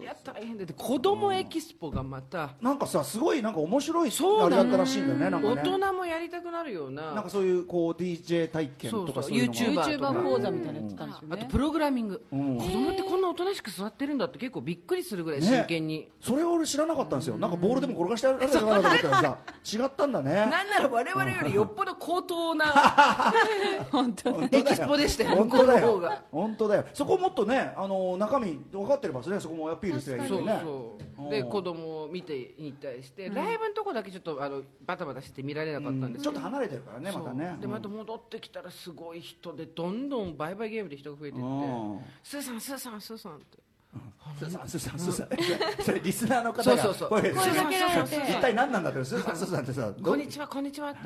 りゃ大変だって子供エキスポがまた、なんかさすごいなんか面白いそうあなれだのったらしいんだよねなんか大ね人もやりたくなるようななんかそういうこう DJ 体験とかそそうそうういうのが YouTuber とか YouTuber 講座みたいなのやってたんですよあとねプログラミング、ん子供ってこんなおとなしく座ってるんだって結構びっくりするぐらいね真剣に。それを俺知らなかったんですよなんかボールでも転がしてあるんじゃないかなと思ったらさ違ったんだねなんなら我々よりよっぽど高 等な本当にエキスポでしたよ、本向こ当うのだ方よが。本当だよそこもっとねあの中身分かってればねそこもアピールすればいいそようねそうで子供を見ていったりして、ライブのとこだけちょっとあのバタバタしてて見られなかったんですちけょっど、と離れてるからねまそうたねでまた戻ってきたらすごい人でどんどんバイバイゲームで人が増えてっうてん「スーさんスーさんスーさん」って「スーさん、スーさん、スーさん。それ、リスナーの方がそうそうそう声かけられて声かけられて一体何なんだって、スーさん、スーさんってさ、こんにちは、こんにちはって。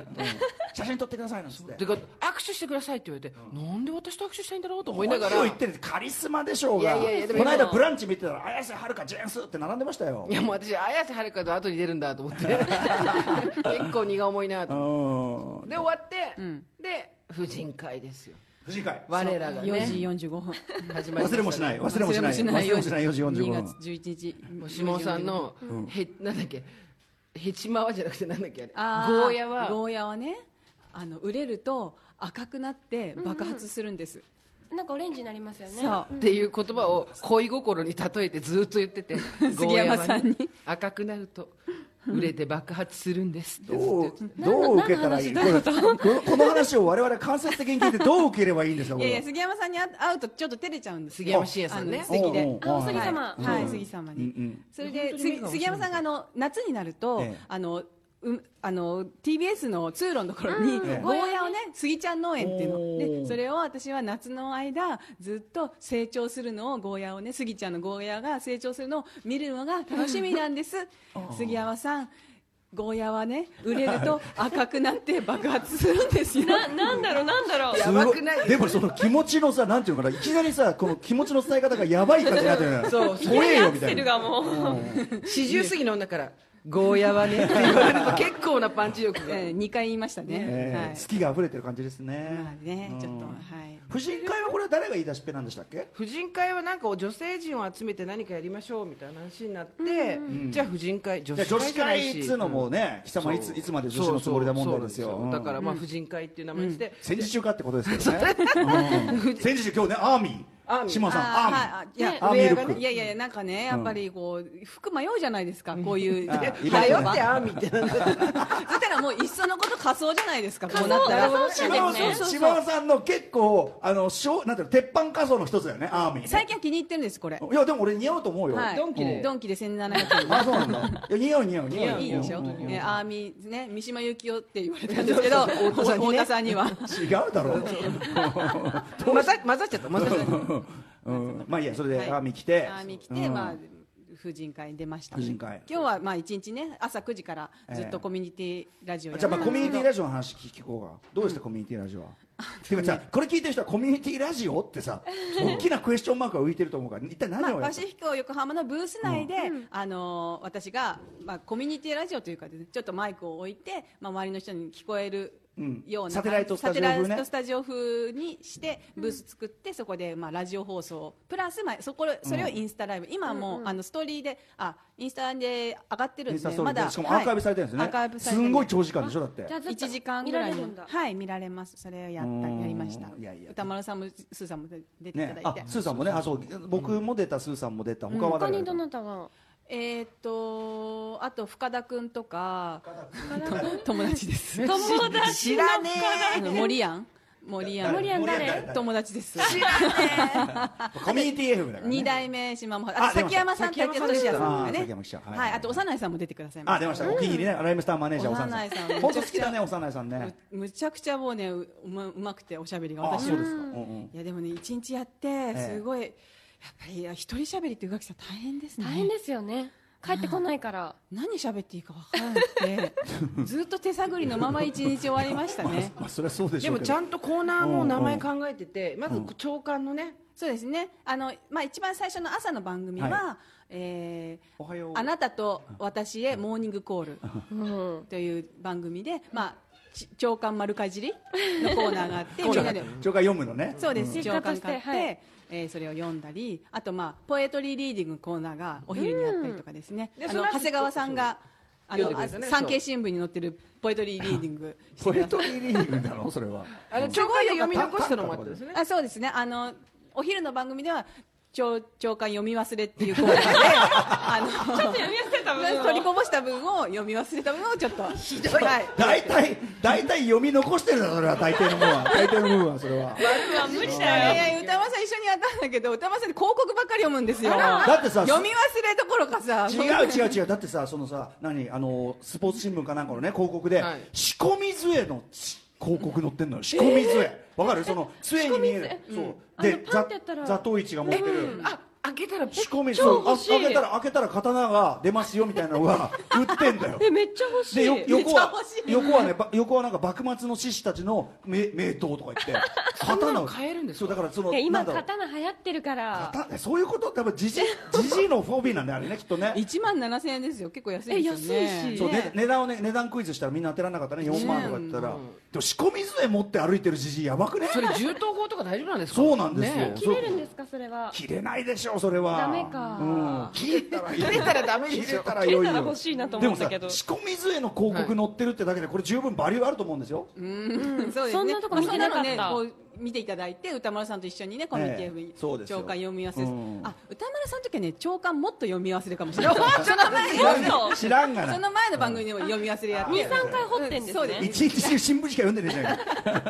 写真撮ってくださいなんつってで。か握手してくださいって言われて、なんで私と握手したいんだろうと思いながら。何を言ってるんですカリスマでしょうが。いやいやいやでもこの間、ブランチ見てたら、綾瀬はるか、ジェンスって並んでましたよい。やもう私、綾瀬はるかと後に出るんだと思って、結構荷が重いなうと。ん。で、終わって、で、婦人会ですよ。藤井 会。我らがね、 4時45分。始まりました忘ねれもしない、忘れもしない。忘れ忘れもしない、4時45 2分。月11日。もう下尾さんの、へ、なんだっけ、へちまわじゃなくてなんだっけ、ああれ。ーゴーヤは、ゴーヤはね、あの、売れると赤くなって爆発するんです。なんかオレンジになりますよねそう。っていう言葉を恋心に例えてずっと言ってて 杉山さんにゴーヤはね赤くなると売れて爆発するんですってずっとど言っうてどう受けたらいいこれこのこの話を我々間接的に聞いてどう受ければいいんですかこいやいや、れ杉山さんに会会うとちょっと照れちゃうんです杉山真也さんねあの素敵おうおでう。あお杉様はい、うはんい杉様うに。んそれで杉杉山さんがあの夏になると、ええあのうあの TBS の通路のところに、ええゴーヤをね杉ちゃん農園っていうのおーでそれを私は夏の間ずっと成長するのをゴーヤをね杉ちゃんのゴーヤが成長するのを見るのが楽しみなんです 杉山さんゴーヤはね売れると赤くなって爆発するんですよななんだろうなんだろううんばくないすごでもその気持ちのさなんていうのかないきなりさこの気持ちの伝え方がやばい感じになってるのよそういき怖なりえアよクみたセいルながもう四十過ぎの女から「ゴーヤはね」って言われると結構なパンチ力がえー二回言いましたね、ええ好きが溢れてる感じですはい、まねあねちょっとうはんい婦人会はこれは誰が言い出しっぺなんでしたっけ婦人会はなんか女性陣を集めて何かやりましょうみたいな話になって、じゃあ婦人会女いや子女会子じゃない会っしつうのもね貴様いついつまで女子のつもりだ問題ですそうよそうそうなんだかららまあ婦人会っていう名前にして、戦時中かってことですけどね うん戦時中今日ねアーミアーーミー島さんあーアはいあいーやミーアーミールックいやいやいやなんかねやっぱりこう服迷うじゃないですかこういう あでいろ迷いろってあーみたいな そしたらもういっそのこと仮装じゃないですかこうなったら仮想島者ですね尾島尾さんの結構あのしょうなんていうの鉄板仮装の一つだよねアーミーね最近は気に入ってるんですこれいやでも俺似合うと思うよ、はいドンキでドンキで1700円あそうなんだいや似合う似合う似合ういいでしょ、うんね、アーミーね三島由紀夫って言われたんですけど田さんにね太田さんには違うだ ろう、混ざ混ざっちゃった混ざっちゃったうん、まあいいやそれではいアーミー来て、アーミー来うてんまあ婦人会に出ましたね婦人会今日はまあ一日ね朝9時からずっとコミュニティラジオやじゃあまあコミュニティラジジオの話聞こうがどうでした、コミュニティラジオはてかさこれ聞いてる人はコミュニティラジオってさ大きなクエスチョンマークが浮いてると思うから一体ま何あ、をやパった、シフィコ横浜のブース内で、あのー私が、まあ、コミュニティラジオというかですねちょっとマイクを置いて、まあ、周りの人に聞こえるうんような、サテライトスタジオ風ねサテライトスタジオ風にしてブース作って、そこで、まあ、ラジオ放送プラス、まあ、そこそれをインスタライブ、今はもう、あのストーリーであインスタで上がってるイんンでスタストーリまーでだしかもアーカイブされてるんですねはい、アーカイブされすてるんごい長時間でしょだってじゃあずっと1時間ぐら見いられのるんだはい見られますそれをやっうたーんやりましたいやいや歌丸さんもスーさんも出ていただいねて、、あスーさんもねあそう僕も出た、スーさんも出た他は他誰がに出たどなたがえーっとあと深田君とかと友達です友達知らねあの森やん森やん森やん誰友達ですコミュニティ FM だから、ね、二代目島もああと崎山さん竹俊也さんあが崎ね山記者はいはいあと幼いさんも出てくださいましあ出ましたお気に入りねライムスターマネージャー幼幼い内ささんん本当好きだね幼いさんねむむちゃくちゃもうねううまうまくておしゃべりがあ私そうですか、うんうんうんいやでもね一日やってえすごいやっぱりいや一人しゃべりって宇垣さん大変ですね大変ですよね帰ってこないから何喋っていいか分からなく てずっと手探りのまま一日終わりました ねまあそれはそうでしでょうもけどちゃんとコーナーも名前考えてて、まず長官のね、そうですねあの、まあ、一番最初の朝の番組は、はえーおはようあなたと私へモーニングコール」うんという番組で、まあ、ち長官丸かじりの コーナーがあってみん長官なで長官読むのねそうです、結長果と官して買って、はいえーそれを読んだりあと、まあ、ポエトリーリーディングのコーナーがお昼にあったりとかですね、であそのの後長谷川さんがあの読んでくれたねあ産経新聞に載ってるポエトリーリーディングしてポくエださトいリーリーグだろそれはあれ長官で読み残したのもあったんですね。あそうですねあのお昼の番組では長長官読み忘れっていうコーナーであの読み合ってた分取りこぼした分を読み忘れた分をちょっとひどい、はい、大体大体読み残してるだろそれは大抵の部分 は大抵の部分はそれはは無理だいよやいや歌丸さん一緒にやったんだけど歌丸さんって広告ばっかり読むんですよだってさ読み忘れどころかさ違う違う違うだってさそのさ何あのスポーツ新聞かなんかのね広告で、はい仕込み杖のし広告載ってんのよ仕込み杖わ、かるその杖に見える、そうあのパンってやったらザトウイチが持ってる、あ開けたら仕込み超そうあ欲しい開けたら開けたら刀が出ますよみたいなの が売ってんだよえめっちゃ欲しでいよめっ横ちゃは横はねば横はなんか幕末の志士たちの名名刀とか言って んな刀のを買えるんですかそうだからそのいやな今んだろう刀流行ってるから刀そういうこと多分じじじじいのフォビーなんだよあれねきっとね1万7000円ですよ結構安いですよえね安いしそう、ね、値段をね値段クイズしたらみんな当てられなかったね4万とか言ったら、うんでも仕込み杖持って歩いてるじじいやばくねそれ銃刀法とか大丈夫なんですかそうなんですよねそ切れるんですかそれは切れないでしょそれはダメかうん、切れたら切切れたらダメでしょ切れたら切よれいたらよ欲しいなとでも思ったさけど仕込み杖の広告載ってるってだけでこれ十分バリューあると思うんですよ、うんそうでそすねんなとこ見てなかったまあそんなのねこう見ていただいて歌丸さんと一緒にねコミュニティ F えにえそうですよ長官読み合わせです、うんあ歌丸さんの時はね長官もっと読み合わせるかもしれないその前知らんのがな 知らんがそなの前の番組でも読み合わせでやって23回掘ってんですそうねで一日中新聞しか読んでねえじゃな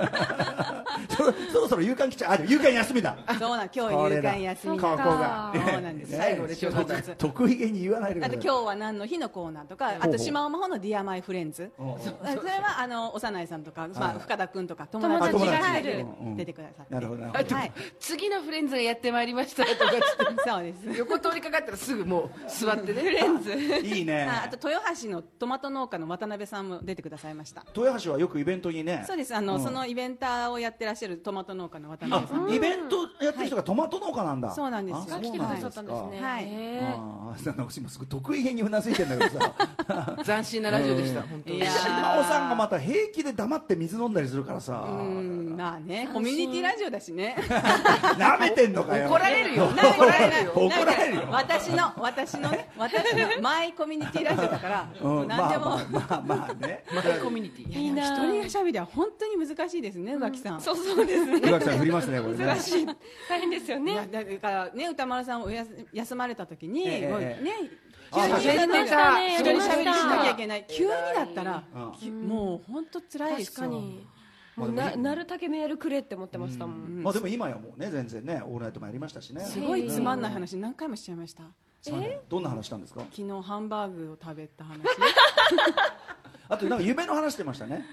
いかそそろそろ夕刊来ちゃうあでも夕刊休みだそうなん今こ日れ夕だ刊休みここなうのがそうなんです最後でちょうど得得意げに言わないでくあださとい今日は何の日のコーナーとか、あほうほとう島尾真帆のディアマイフレンズ。うんうんそれはあの幼いさんとか、まあ深田君とか友達達ががいる出てくださって。なるほどなるほど はい、次のフレンズがやってまいりましたとかつってそうです。横通りかかったらすぐもう座ってねフレンズい いねああと豊橋のトマト農家の渡辺さんも出てくださいました。豊橋はよくイベントにねそうです。あの、うんそのイベンターをやってらっしゃるトマト農家の渡辺さん。あイベントやってる人がトマト農家なんだ、 そうなんですよあが来てくださったんですねはいへーああ、なんか今すごい得意げにうなずいてんだけどさ、斬新なラジオでした本当 いにやー島尾さんがまた平気で黙って水飲んだりするからさう、 ん、まあね、コミュニティラジオだしね。なめてんのかよ。怒られ るよないないない怒られるよ私の私のね私のマイコミュニティラジオだから、もう、うん何まであも、まあまあまあね。コミュニティいや一人でしゃべりは本当に難しいですね、浮気さん。そうそうですね 宇垣さん振りますねこれね。難しい大変ですよいやねだからね歌丸さんおやす休まれた時に、ええもうええねあ急にやりましたね一人喋りしやりましたなきゃいけない急にだったら、うんきもう本当辛いで確すかよにもうななるだけメールくれって思ってましたもんまあでも今やもうね全然ねオールナイトもやりましたしね。すごいつまんない話何回もしちゃいましたえどんな話したんですか。昨日ハンバーグを食べた話あとなんか夢の話してましたね。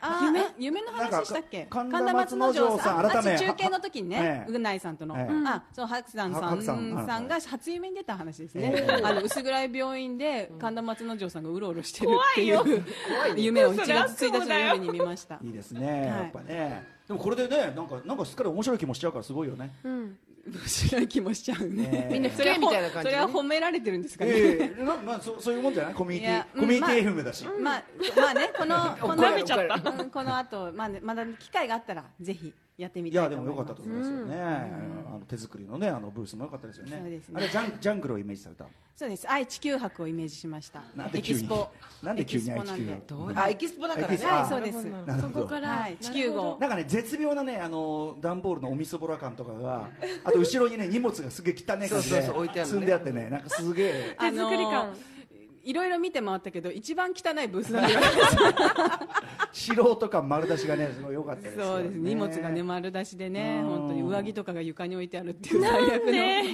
あ夢夢のなんか話したっけ神田松之丞さん神田松之丞あ改めあ中継の時にねええうないさんとの、ええあそう白山さ白ん山さんさんが初夢に出た話ですね、あの薄暗い病院で神田松之丞さんがうろうろしてるっていう 夢を1月1日の夜に見ましたいいですね、やっぱね。でもこれでねなんかなんかすっかり面白い気もしちゃうからすごいよね。白い気もしちゃうね、ええみんなそれは不敬みたいな感じそれは褒められてるんですかね、ええ、な まあそうそういうもんじゃないコミュニテいィやうんコミュニティ FM だし。まあ、まあね、 この、こ怒られの、ちゃったうんこの後、まあね、まだ機会があったら、ぜひやってみいたやいでとも思良いかまっすたと。思いますよね。あの手作りのねあのブースも良かったですよね。そうですねあれジャンジャングルをイメージされた。そうです。愛地球博をイメージしました。なんでエ急キにスポ。なんで急にエキ愛ス知ポなん球でをあエキスポだからエねキスポはい、そうです。なるそほこどか。ら、はい、地球号。なんかね絶妙なねあの段ボールのおみそぼら感とかが、あと後ろにね荷物がすげえ汚い感じそうそうそう置いてであるね積んであってねなんかすげえ。あのー手作り感いろいろ見て回ったけど、一番汚いブースだ った。白とか丸出しがねすごい良かったですよね。そうです。荷物がね、丸出しでね、うん本当に上着とかが床に置いてあるっていう最悪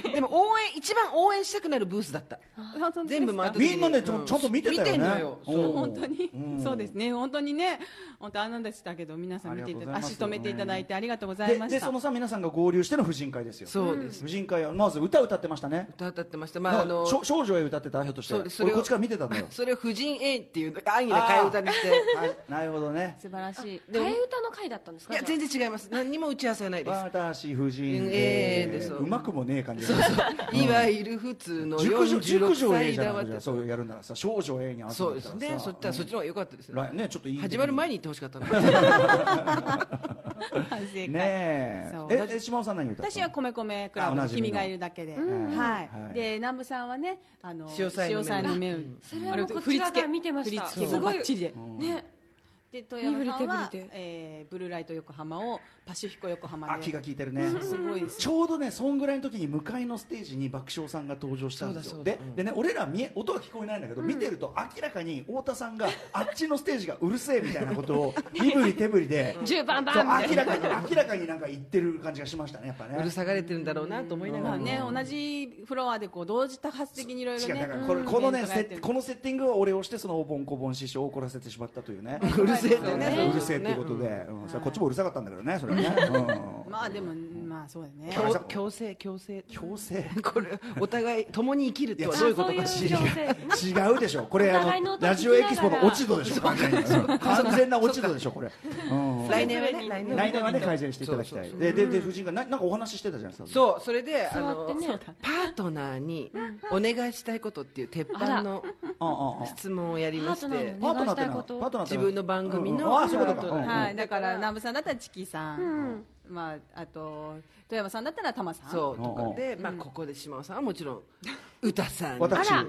の。でも応援一番応援したくなるブースだった本当ですか全部回った時にみんなねちゃんちゃんと見てたよね。見てんのよそううん本当に、うんそうですね、本当にね、本当あんなんでしたけど、皆さん見ていたありだがとうございます足止めていただいてありがとうございまでしでそたの。さ皆さんが合流しての婦人会ですよ。そうです婦人会はまず歌歌ってましたね。歌歌ってましたまああのしょ少女へ歌ってたひょっとしてそうですそれ俺をこっちから見てたん だよそれを婦人 A っていう安易な替え歌にしてはいなるほどね素晴らしいで替もえ歌の回だったんですいかや全然違います何にも打ち合わせはないです私夫人ええですうまくもねえ感じ だねいわゆる普通の熟女熟46女 A 歳じゃだなわくてそうやるならさ少女 A に合わせそうてですねそしたらそっちの方が良かったですらねちょっといい始まる前にに言ってほしかっ たな反省会ねえそうええ島尾さん何歌ったの私は米米クラブあおなのじみの君がいるだけで、んははいい。で南部さんはね、あの塩さえの目をさえの目を、それはもうこちらから見てま振しりた付けすがごバいッチリで、ねで豊山さ身振りんは手振りでえーブルーライト横浜をパシフィコ横浜あ気でが、利いてるねすごいです。ちょうどねそんぐらいの時に向かいのステージに爆笑さんが登場したんですそようだでそうだうんでね俺ら見え音は聞こえないんだけど見てると明らかに太田さんがあっちのステージがうるせえみたいなことを身振り手振りで10番そう番みた明いならかに明らかになんか言ってる感じがしましたねやっぱねうるさがれてるんだろうなと思いながまらあね同じフロアでこう同時多発的にいろいろ違うだねから、これこのイベねントがやセってるッこのセッティングは俺をしてそのおぼんこぼん師匠を怒らせてしまったというねううるせえってねねうるせえっていうことで、うんそれはこっちもうるさかったんだけどねそれはね、うんまあでもままあそうだね強強制強制強制 これお互い共に生きるってはあどういうことそういかう知情り勢違うでしょこれお互あいのの音をラ聞きながらジオエキスポの落ち度でしょ完全に完全な落ち度でしょこれ、うん来年はね来来年はね改善していただきたいででで夫人がななんかお話ししてたじゃないですかそうそれであ座っのてねパートナーにお願いしたいことっていう鉄板うのんうんうん質問をやりましパートナーてのパートナーってなお願いしたいことパートナーって自分の番組うんうんのあそういうことかパーうトナーんはい、だから南部さんだったらチキさん、うんまあ、あと富山さんだったらタマさんそうとうんうかんで、まあ、ここで島尾さんはもちろん歌さんに私あら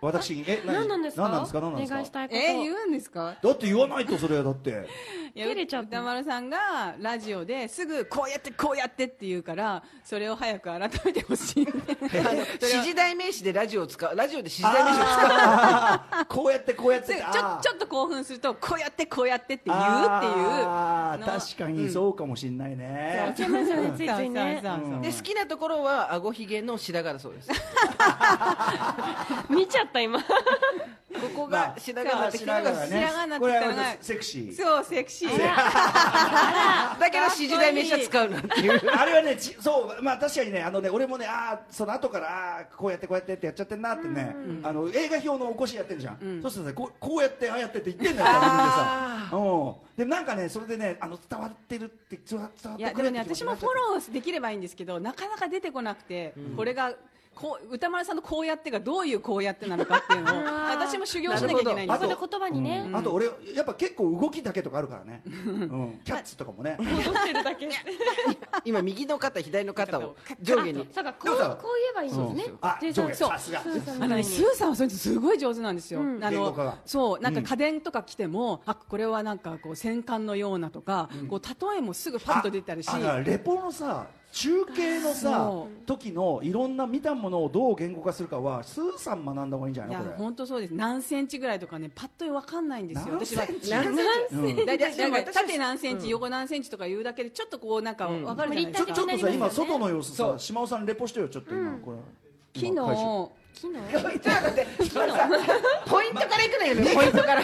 私にえ何なんですか何なんですか何なんですお願かいしたいこえー、言とうんですかだって言わないとそれはだっていや切れちゃった歌丸さんがラジオですぐこうやってこうやってって言うからそれを早く改めてほしい んであの指示代名詞でラジオを使うラジオで指示代名詞を使うこうやってこうやってすぐちょあーちょっと興奮するとこうやってこうやってって言うっていうあーの確かにそうかもしんないねいけますよねついついねそうそうそうそうで好きなところはあごひげの白髪だそうです見ちゃった今ここまあが白髪になってきたのねが白髪になってきたのがこれはセクシーそうセクシーだけど指示代名詞は使うなっていう あれはねちそうまあ確かにねあのね俺もねあーその後からあーこうやってこうやってってやっちゃってんなってねあの映画表のおこしやってんじゃんそうするとねこうこうやってああやってって言ってんだよ自分でさうんでなんかねそれでねあの伝わってるって伝わ伝わっいてくるやでもねって気持私ちになもっちゃフォってローできればいいんですけどなかなか出てこなくて、これがこう歌丸さんのこうやってがどういうこうやってなのかっていうのをあー私も修行しなきゃいけないんでなするよほどこの言葉にね、あと俺やっぱ結構動きだけとかあるから ね、うん、キャッツとかもね戻ってるだけ今右の肩左の肩を上下にあそうかこうこう言えばいいんですねあで上下そうさすがそうそうあのね、スーさんはそれすごい上手なんですよ、うんあ言語の化がそうなんか家電とか来ても、あこれはなんかこう戦艦のようなとか、こう例えもすぐパッと出たりしああだからレポのさ中継のさそ時のいろんな見たものをどう言語化するかはスーさん学んだ方がいいんじゃいないやのこれ本当そうです何センチぐらいとかねパッと分かんないんですよ何私はセンチ何うん大体いやでもなんか私は縦何センチ、横何センチとか言うだけでちょっとこうなんか分かるじゃないですちょか、ちょっと気になさりま今すよね外の様子さ島尾さんレポしてよちょっと今これ昨今回収機日能ポイントからいくのよねポイントから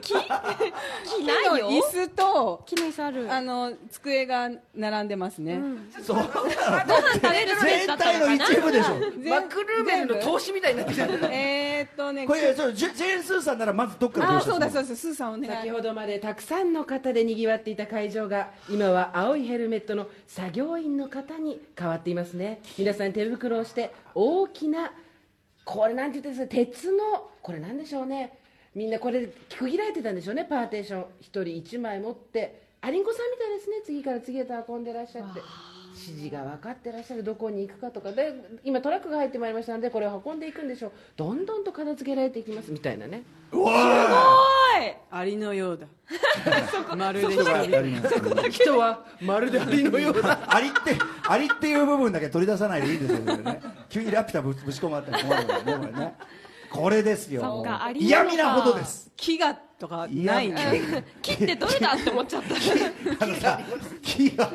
機昨ない日よ椅子と機能椅子あるあの机が並んでますね、そうご飯食べるスペース全だった体のかのな一部でしょ全マクルーメンの投資みたいになってきた全部えーっとねこれそうジェジェーン・スーさんならまずどっからあどーうしたそんうでだすそかうですスーさんお願い先ほどまでたくさんの方でにぎわっていた会場が今は青いヘルメットの作業員の方に変わっていますね皆さん手袋をして大きなこれなんて言ってんですか鉄のこれなんでしょうねみんなこれ区切られてたんでしょうねパーテーション一人一枚持ってアリンコさんみたいですね次から次へと運んでらっしゃって指示が分かってらっしゃるどこに行くかとかで今トラックが入ってまいりましたのでこれを運んでいくんでしょうどんどんと片付けられていきますみたいなねありのようだまるでやります人はまるでアリのようだアリってアリっていう部分だけ取り出さないでいいんですよね急にラピュタぶぶち込まれたら困るからねこれねこれですそよっかアリな嫌のか味なほどです木がとかないね木ってどれだって思っちゃったあのさ、木が、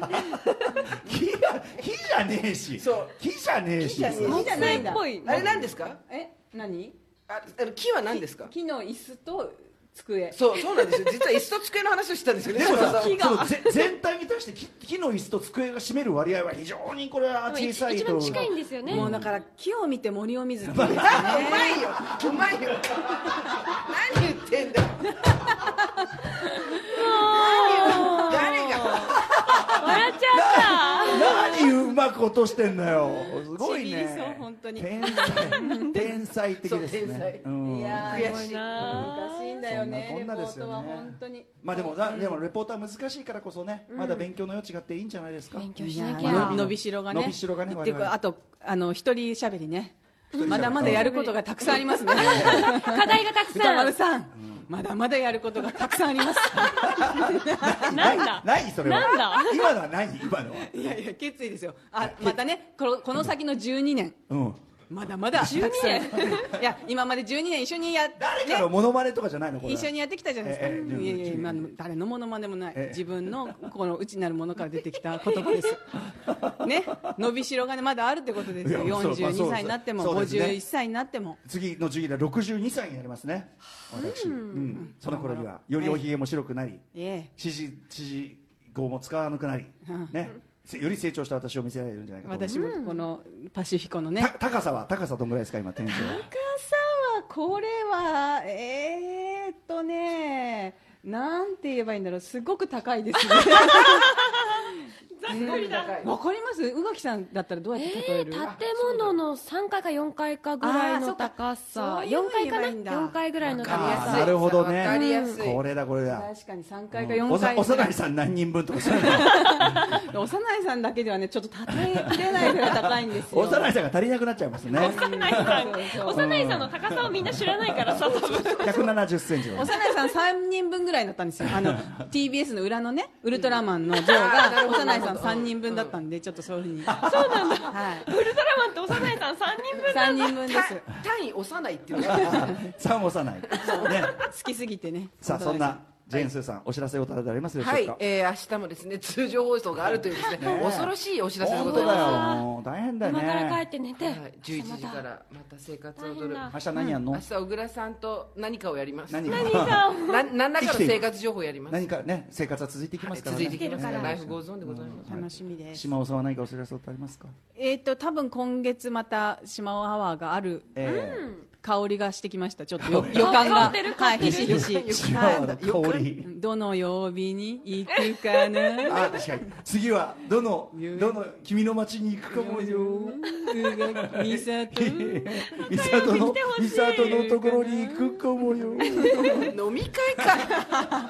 木が、木じゃねえし、そう木じゃねえし、木じゃないん木製だっぽいあれなんですかえ何ああの木は何ですか木の椅子と机そうそうなんですよ実は椅子と机の話をしてたんですよねでも島田さ、さんそのぜ全体に対して木木の椅子と机が占める割合は非常にこれは小さい一と番近いんですよねもうだから木を見て森を見ずっていうねうまいようまいよ何言ってんだよ何を誰が笑っちゃっ何うまく落としてんだよすごいちびりそうね本当に天才天才的ですそうね天才うんいや悔ーしい難しいんだよねそんなこんなですよねレポートは本当にまあでもなでもレポーター難しいからこそねまだ勉強の余地があっていいんじゃないですたか勉強いしやなきーゃの伸びしろがね伸びしろがねっていう我々かあとあの一人喋りね喋りまだまだやることがたくさんありますね課題がたく歌さ丸んさん、まだまだやることがたくさんありますなんだないそれはなんだ今のはない今のはい やいや決意ですよあまたねこのこの先の12年うんまだまだたくさ んいや今まで12年一緒にや誰かのモノマネとかじゃないのこれは一緒にやってきたじゃないですか、ええええいやいやええまあ誰のものまねもない、ええ自分のこの内なるものから出てきた言葉です ね伸びしろがねまだあるってことですよいやそうまあそう42歳になっても、そうですね51歳になっても次の次で62歳になりますね私、うん、その頃にはよりおひげも白くなりええ指示指示語も使わなくなり、ねせより成長した私を見せられるんじゃないかと思います私もこのパシフィコのね、た高さは高さどんぐらいですか今天井は高さはこれはえー、っとねなんて言えばいいんだろうすごく高いですねわかります宇垣さんだったらどうやって例える、建物の3階か4階かぐらいの高あさーそっかそういう4階かなのがいいんだ4階ぐらいの高あーさなるほどねわかりやすいこれだこれだ確かに3階か4階おさおさないさん何人分とかそういう幼いさんだけではねちょっと例えきれないぐらい高いんですよのおさないさんが足りなくなっちゃいますね幼いさん幼いさんの高さをみんな知らないからさ多分170センチ幼のいさん3人分ぐらいだったんですよあの TBS の裏のねウルトラマンの像が幼いさん3人分だったんでちょっとそういうふうにそうなんだ、はウい、ルトラマンって幼いさん3人分3人分です単位幼いっていうね3幼いね好きすぎてねさあそんなジェーンスーさんお知らせをただでありますでしょはういか、えー、明日もですね通常放送があるというですね恐ろしいお知らせでご本ざい当だよまもう大変だよ今から帰っねて寝す、てはい、11時からまた生活を踊る大変だ明日何やんの明日小倉さんと何かをやります何何かかな何らかの生活情報をやりま す何かね生活は続いていきますから続ねいていきますからねライフゴーズオンでございます、楽しみです島尾さんは何かお知らせをってありますかえっ、と多分今月また島尾アワーがあるええ香りがしてきましたちょっとよ予感がはいひしひし島尾の香りどの曜日に行くか なあ確かに次はどのどの君の町に行くかもよ宇垣美里美里の美里のところに行くかもよ飲み会 か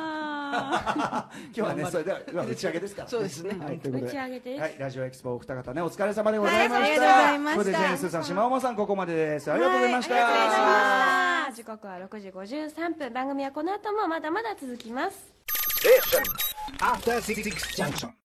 あ今日はねそれでは今打ち上げですからそうですねはいということ打ち上げですはいラジオエキスポお二方ねお疲れ様でございましたはいありがとうございましこたれでジェーンスーさん島尾さんここまでですありがとうございましたありがとうございました時刻は6時53分番組はこの後もまだまだ続きます Station. After City Junction.